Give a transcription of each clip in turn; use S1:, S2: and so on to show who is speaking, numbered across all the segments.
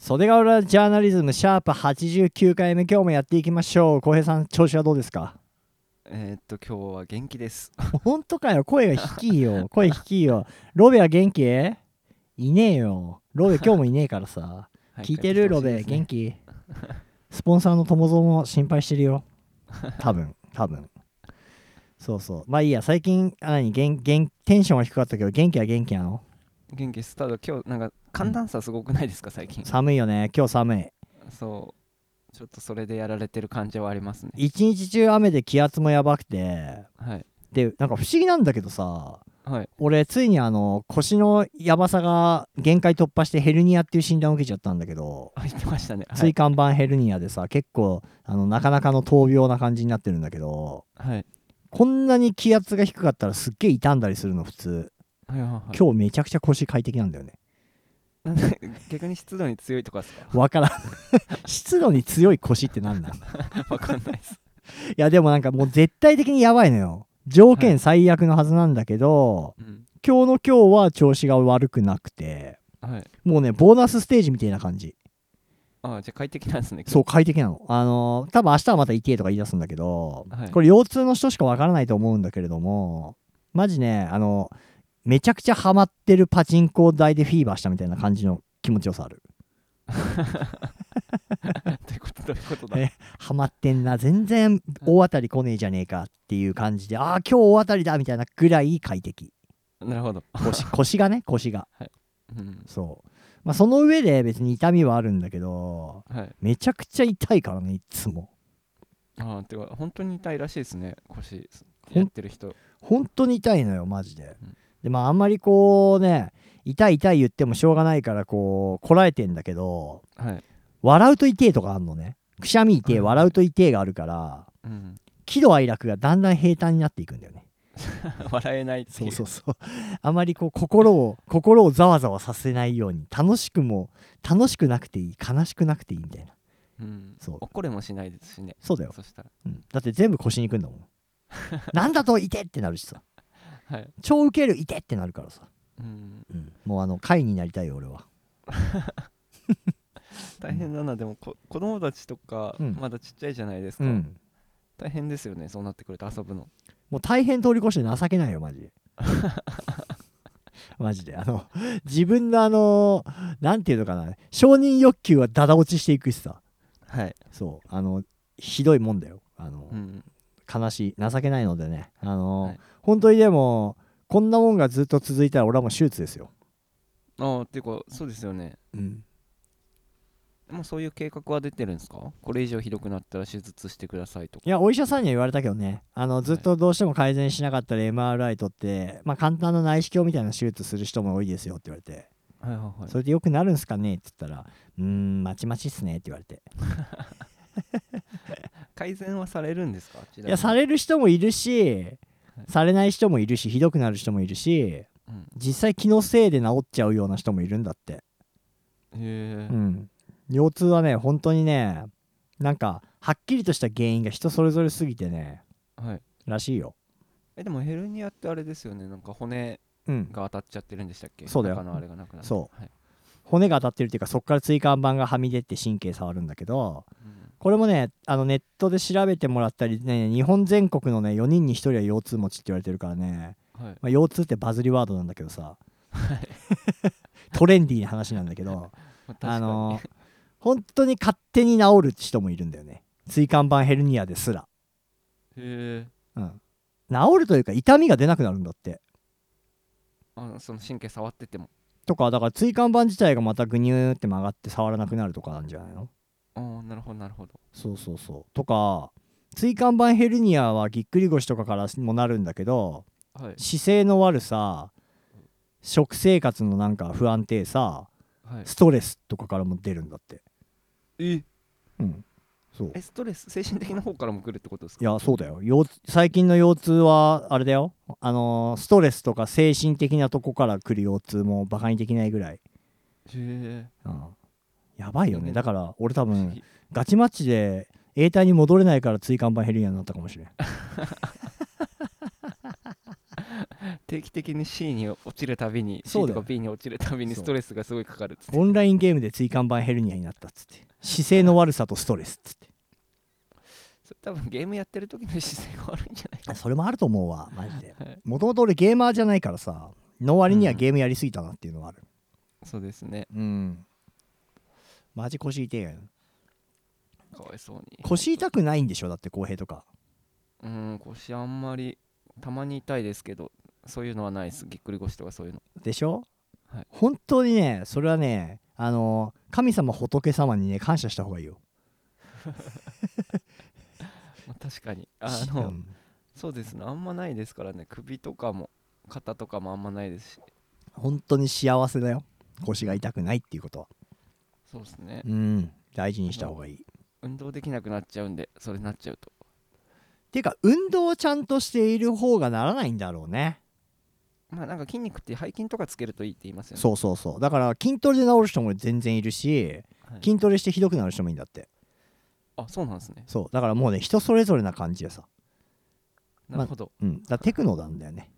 S1: 袖ヶ浦ジャーナリズムシャープ89回目今日もやっていきましょう浩平さん調子はどうですか
S2: えーっと今日は元気です。
S1: 本当かよ声が低い よ声低いよロベは元気いねえよロベ今日もいねえから さ聞いてるロベ元
S2: 気。
S1: 気スポンサーの友蔵も心配してる よ多分多分そうそうまあいいや最近あ何元元テンションは低かったけど元気は元気なの
S2: 元気です。ただ今日なんか寒暖差すごくないですか最近。
S1: 寒いよね今日寒い
S2: そう。ちょっとそれでやられてる感じはありますね。
S1: 一日中雨で気圧もやばくて
S2: はい
S1: でなんか不思議なんだけどさ
S2: はい。
S1: 俺ついにあの腰のやばさが限界突破してヘルニアっていう診断を受けちゃったんだけど、
S2: あ言ってましたね。は
S1: 椎
S2: い
S1: 間板ヘルニアでさ結構あのなかなかの闘病な感じになってるんだけど
S2: はい
S1: こんなに気圧が低かったらすっげえ痛んだりするの普通
S2: はいはいはい。
S1: 今日めちゃくちゃ腰快適なんだよね
S2: なんで 逆に湿度に強いとかですか。
S1: わからん 湿度に強い腰って何なんだ
S2: わかんないです。
S1: いやでもなんかもう絶対的にやばいのよ条件最悪のはずなんだけど、
S2: うん。
S1: 今日の今日は調子が悪くなくて
S2: はい。
S1: もうねボーナスステージみたいな感じ
S2: あーじゃあ快適なんですね。
S1: そう快適なのあのー多分明日はまた痛えとか言い出すんだけど、
S2: はい
S1: これ腰痛の人しかわからないと思うんだけれどもマジねあのめちゃくちゃハマってるパチンコ台でフィーバーしたみたいな感じの気持ちよさある
S2: 今日。どういうことどういうことだ。
S1: えハマってんな全然大当たり来ねえじゃねえかっていう感じでああ今日大当たりだみたいなぐらい快適
S2: なるほど。
S1: 腰 腰がね腰が
S2: うん。
S1: そうまあその上で別に痛みはあるんだけど
S2: はい。
S1: めちゃくちゃ痛いからねいつも
S2: あーてか本当に痛いらしいですね腰
S1: ほん
S2: やってる人。
S1: 本当に痛いのよマジで、
S2: うん
S1: でまああんまりこうね痛い痛い言ってもしょうがないからこうこらえてんだけど
S2: はい。
S1: 笑うと痛えとかあんのねくしゃみ痛え
S2: うん
S1: 笑うと痛えがあるから
S2: うん。
S1: 喜怒哀楽がだんだん平坦になっていくんだよね
S2: 笑えないって
S1: そ
S2: いうう
S1: そうそうあまりこう心を心をざわざわさせないように楽しくも楽しくなくていい悲しくなくていいみたいな
S2: うん、
S1: そう
S2: 怒れもしないですしね
S1: そうだよ、
S2: そしたら
S1: うん、だって全部腰にいくんだもん なんだと痛えってなるしさ
S2: はい、
S1: 超ウケる痛えってなるからさ、
S2: うん、
S1: うん、もうあの貝になりたいよ俺は
S2: 大変だな、でもこ子供たちとか、
S1: うん
S2: まだちっちゃいじゃないです
S1: う
S2: か、
S1: ん
S2: 大変ですよねそうなってくると遊ぶの
S1: もう大変通り越して情けないよマ ジでマジであの自分のあのなんていうのかな承認欲求はダダ落ちしていくしさ
S2: はい、
S1: そうあのひどいもんだよあの、
S2: うん、
S1: 悲しい情けないのでねあの、
S2: はい
S1: 本当にでもこんなもんがずっと続いたら俺はもう手術ですよ、
S2: ああっていうかそうですよねもうそういう計画は出てるんですかこれ以上ひどくなったら手術してくださいとか
S1: いやお医者さんには言われたけどねあのずっとどうしても改善しなかったら MRI 取って、まあ、簡単な内視鏡みたいな手術する人も多いですよって言われて
S2: はいはいはい
S1: それで良くなるんすかねって言ったら「うーんまちまちっすね」って言われて
S2: 改善はされるんですかい
S1: いやされる人もいるしされない人もいるしひどくなる人もいるし
S2: うん、
S1: 実際気のせいで治っちゃうような人もいるんだって、
S2: へえ、
S1: うん、腰痛はね本当にねなんかはっきりとした原因が人それぞれすぎてね
S2: はい
S1: らしいよ
S2: えでもヘルニアってあれですよねなんか骨
S1: うん
S2: が当たっちゃってるんでしたっけ
S1: そうだよ
S2: 中のあれがなくなって、
S1: そう
S2: はい
S1: 骨が当たってるっていうかそっから椎間板がはみ出て神経触るんだけど
S2: うん
S1: これもねあのネットで調べてもらったりね日本全国のね4人に1人は腰痛持ちって言われてるからね
S2: はい
S1: まあ、腰痛ってバズりワードなんだけどさ トレンディーな話なんだけど
S2: まあ確かに
S1: あのー本当に勝手に治る人もいるんだよね椎間板ヘルニアですら、
S2: へえ
S1: うん、治るというか痛みが出なくなるんだって
S2: あのその神経触ってても
S1: とかだから椎間板自体がまたグニューって曲がって触らなくなるとかなんじゃないの
S2: ああなるほどなるほど
S1: そうそうそうとか椎間板ヘルニアはぎっくり腰とかからもなるんだけど
S2: はい
S1: 姿勢の悪さ食生活のなんか不安定さ
S2: はい
S1: ストレスとかからも出るんだって
S2: え
S1: うんそう
S2: ストレス精神的な方からも来るってことです
S1: い
S2: か
S1: やそうだよ腰最近の腰痛はあれだよあのーストレスとか精神的なとこから来る腰痛もバカにできないぐらい、
S2: へ
S1: うん、やばいよね
S2: ね
S1: だから俺多
S2: え、不思
S1: 分
S2: 議
S1: ガチマッチで永代に戻れ ないから椎間板ヘルニアになったかもしれん
S2: 定期的に C に落ちるたびに
S1: そ
S2: C
S1: うだ
S2: と
S1: よ
S2: か B に落ちるたびに
S1: そう
S2: ストレスがすごいかかるっつって
S1: オンラインゲームで椎間板ヘルニアになったっつって姿勢の悪さとストレスっつって
S2: それ多分ゲームやってる時の姿勢が悪いんじゃないか
S1: あそれもあると思うわマジで
S2: はい
S1: もともと俺ゲーマーじゃないからさの割にはゲームやりすぎたなっていうのはある
S2: そうですね
S1: うん、マジ腰痛いよ
S2: かわいそうに
S1: 腰痛くないんでしょだって公平とか
S2: うん腰あんまりたまに痛いですけどそういうのはないですぎっくり腰とかそういうの
S1: でしょ、
S2: はい
S1: 本当にねそれはねあの神様仏様にね感謝した方がいいよ
S2: まあ確かにあ
S1: しう
S2: の
S1: ん
S2: そうですねあんまないですからね首とかも肩とかもあんまないですし
S1: 本当に幸せだよ腰が痛くないっていうことは
S2: そうですね
S1: うん大事にした方がいいっ
S2: 運動できなくなっちゃうんでそれになっちゃうと
S1: ていうか運動をちゃんとしている方がならないんだろうね
S2: まあなんか筋肉って背筋とかつけるといいって言いますよね
S1: そうそうそうだから筋トレで治る人も全然いるし
S2: はい
S1: 筋トレしてひどくなる人もいいんだって
S2: あそうなんですね
S1: そうだからもうね人それぞれな感じでさ、
S2: なる ほど、
S1: うん、だからテクノなんだよね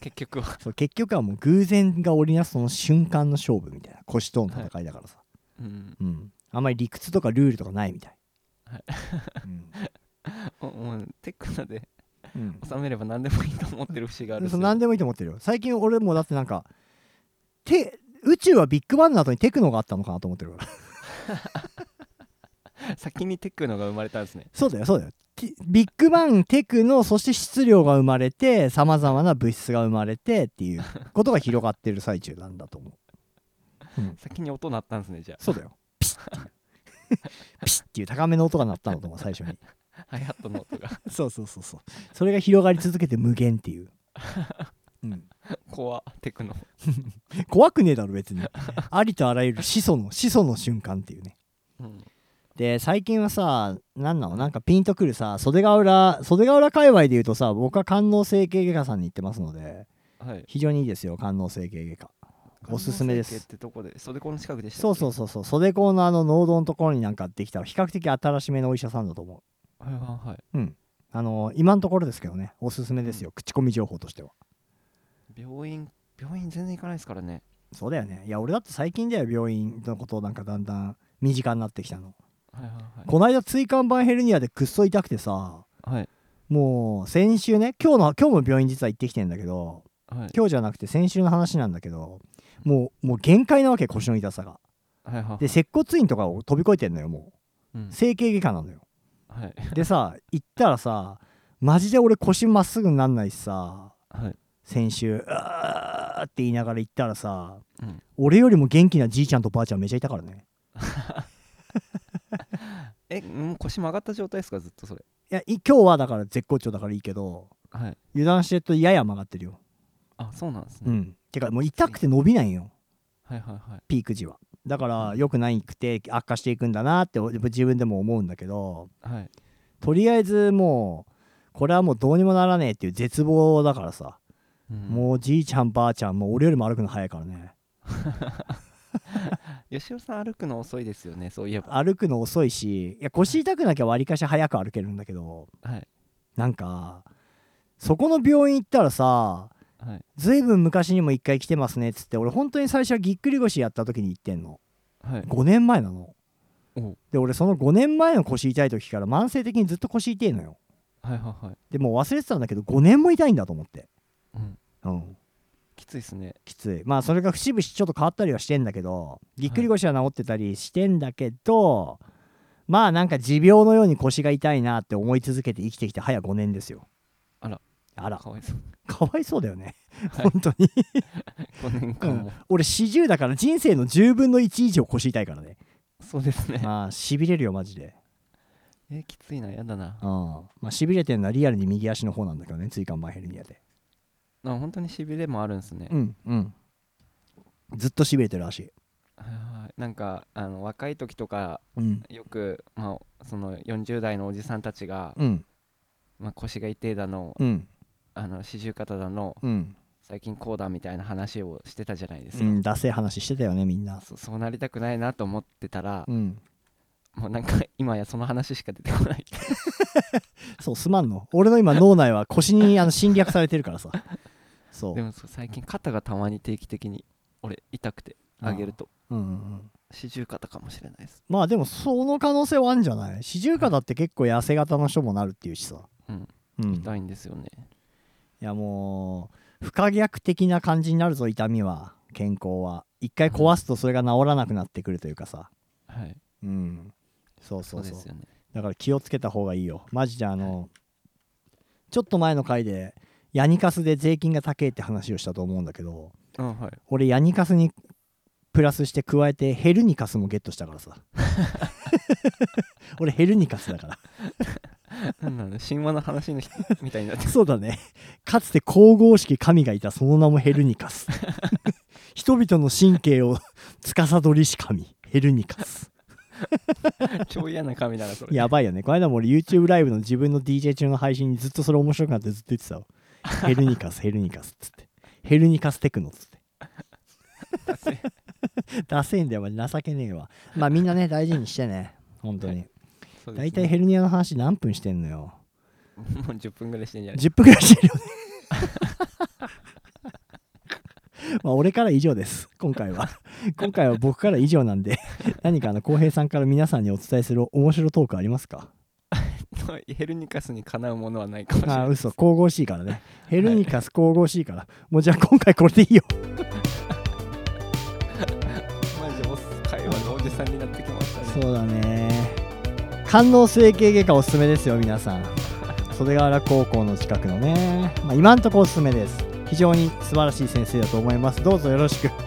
S2: 結局は
S1: そう結局はもう偶然が織りなすその瞬間の勝負みたいな腰との戦いだからさ、
S2: うん
S1: うん、あんまり理屈とかルールとかないみたい、
S2: はい
S1: うん
S2: おもうテクノで
S1: うん
S2: 収めれば何でもいいと思ってる節がある
S1: そ
S2: し
S1: う何でもいいと思ってるよ最近俺もだってなんかて宇宙はビッグバンの後にテクノがあったのかなと思ってるから
S2: 先にテクノが生まれたんですね
S1: そうだよそうだよてビッグバンテクノそして質量が生まれてさまざまな物質が生まれてって いうことが広がってる最中なんだと思う
S2: 先に音鳴ったんですねじゃ
S1: そうだ よピシッっていうピシッっていう高めの音が鳴ったのと思う最初に
S2: あハイハットの 音が
S1: そうそうそうそうそれが広がり続けて無限って いう、うん、
S2: 怖っテクノ
S1: 怖くねえだろ別にありとあらゆる始祖の始祖の瞬間っていうね
S2: うん
S1: で最近はさ何なのなんかピンとくるさ袖ヶ浦袖ヶ浦界隈で言うとさ僕は官能整形外科さんに行ってますので
S2: はい
S1: 非常にいいですよ官能整形外科おすすめで
S2: 官能整形
S1: す
S2: ってとこで袖子の近くでした
S1: そうそうそうそう袖高のあの農道のところになんかできた比較的新しめのお医者さんだと思う
S2: うはいはいはい
S1: あの今のところですけどねおすすめですよ、口コミ情報としては
S2: 病院病院全然行かないですからね
S1: そうだよねいや俺だって最近だよ病院のことなんかだんだん身近になってきたの、
S2: はいはい
S1: こないだ椎間板ヘルニアでくっそ痛くてさ
S2: はいはい
S1: もう先週ね今日の今日も病院実は行ってきてんだけど
S2: はい
S1: 今日じゃなくて先週の話なんだけどもうもう限界なわけ腰の痛さが
S2: はいはい
S1: で接骨院とかを飛び越えてんのよも
S2: うん
S1: う整形外科なのよ
S2: はい
S1: でさ行ったらさマジで俺腰まっすぐになんないしさ
S2: はい
S1: 先週「あー」って言いながら行ったらさ
S2: うん
S1: 俺よりも元気なじいちゃんとばあちゃんめちゃいたからね
S2: えもう腰曲がった状態ですかずっとそれ
S1: いやい今日はだから絶好調だからいいけど
S2: はい
S1: 油断してるとやや曲がってるよ
S2: あそうなんです
S1: う
S2: ね
S1: んてかもう痛くて伸びないんよ
S2: はいはいはい
S1: ピーク時はだから良くないくて悪化していくんだなって自分でも思うんだけど
S2: はい
S1: とりあえずもうこれはもうどうにもならねえっていう絶望だからさ、
S2: も
S1: もうじいちゃんばあちゃんもう俺よりも歩くの早いからね
S2: うん吉尾さん歩くの遅いですよねそういえば
S1: 歩くの遅いしいや腰痛くなきゃわりかし早く歩けるんだけど
S2: はい
S1: なんかそこの病院行ったらさ
S2: はい
S1: ずいぶん昔にも一回来てますねっつって俺本当に最初はぎっくり腰やった時に行ってんの
S2: はい
S1: 5年前なの
S2: おう
S1: で俺その5年前の腰痛い時から慢性的にずっと腰痛いのよ
S2: はいはいはい
S1: でもう忘れてたんだけど5年も痛いんだと思って
S2: うん
S1: うん
S2: きついですね
S1: きついまあそれが節々ちょっと変わったりはしてんだけどぎっくり腰は治ってたりしてんだけど、まあなんか持病のように腰が痛いなって思い続けて生きてきて早5年ですよ
S2: あら
S1: あら
S2: かわいそう
S1: かわいそうだよね、
S2: はい
S1: 本当に、
S2: 5年間も
S1: 俺40だから人生の10分の1以上腰痛いからね
S2: そうですね
S1: まあしびれるよマジで
S2: えきついなやだな
S1: うんまあしびれてるのはリアルに右足の方なんだけどね椎間板ヘルニアで
S2: あ本当にしびれもあるんですね
S1: うんうんずっとしびれてる足
S2: はいはいなんかあの若い時とか
S1: うん
S2: よくまあその40代のおじさんたちが
S1: うん
S2: まあ腰が痛いだの
S1: うん
S2: あの四十肩だの
S1: うん
S2: 最近こうだみたいな話をしてたじゃないです
S1: う
S2: か、
S1: んダセえ話してたよねみんな
S2: そそうなりたくないなと思ってたら
S1: う、ん
S2: もうなんか今やその話しか出てこない
S1: そうすまんの俺の 今脳内は腰にあの侵略されてるから さそう
S2: でもそう最近肩がたまに定期的に俺痛くて上げると
S1: うんうんうん、
S2: 四十肩かもしれないです
S1: まあでもその可能性はあるんじゃない四十肩って結構痩せ型の人もなるっていうしさ
S2: うん、
S1: うん、い
S2: 痛いんですよね
S1: やもう不可逆的な感じになるぞ痛みは健康は一回壊すとそれが治らなくなってくるというかさ
S2: はい
S1: うんそうそうそう
S2: ですよね
S1: だから気をつけた方がいいよマジであのちょっと前の回でヤニカスで税金が高えって話をしたと思うんだけど
S2: あはい
S1: 俺ヤニカスにプラスして加えてヘルニカスもゲットしたからさ俺ヘルニカスだから
S2: なんなの神話の話の人みたいになって
S1: そうだねかつて神々しき神がいたその名もヘルニカ ス人々の神経を司りし神ヘルニカス
S2: 超嫌な神だなそれ
S1: やばいよねこの間も俺 YouTube ライブの自分の DJ 中の配信にずっとそれ面白くなってずっと言ってたわヘルニカスヘルニカスっつってヘルニカステクノっつって
S2: だせ
S1: ダセえんだよマジ情けねえわまあみんなね大事にしてね本当に
S2: そうですね
S1: 大体ヘルニアの話何分してんのよ
S2: もう10分ぐらいしてんじゃない
S1: 10分ぐらいしてるよね まあ俺から以上です今回は今回は僕から以上なんで何かあの浩平さんから皆さんにお伝えする面白トークありますか
S2: ヘルニカスにかなうものはないかもしれ
S1: あ
S2: な
S1: あ
S2: い
S1: 嘘神々しいからねヘルニカス神々しいから、もうじゃあ今回これでいいよ
S2: マジでおっ会話のおじさんになってきましたね
S1: そうだね官能整形外科おすすめですよ皆さん袖ヶ浦高校の近くのね、まあ、今んとこおすすめです非常に素晴らしい先生だと思いますどうぞよろしく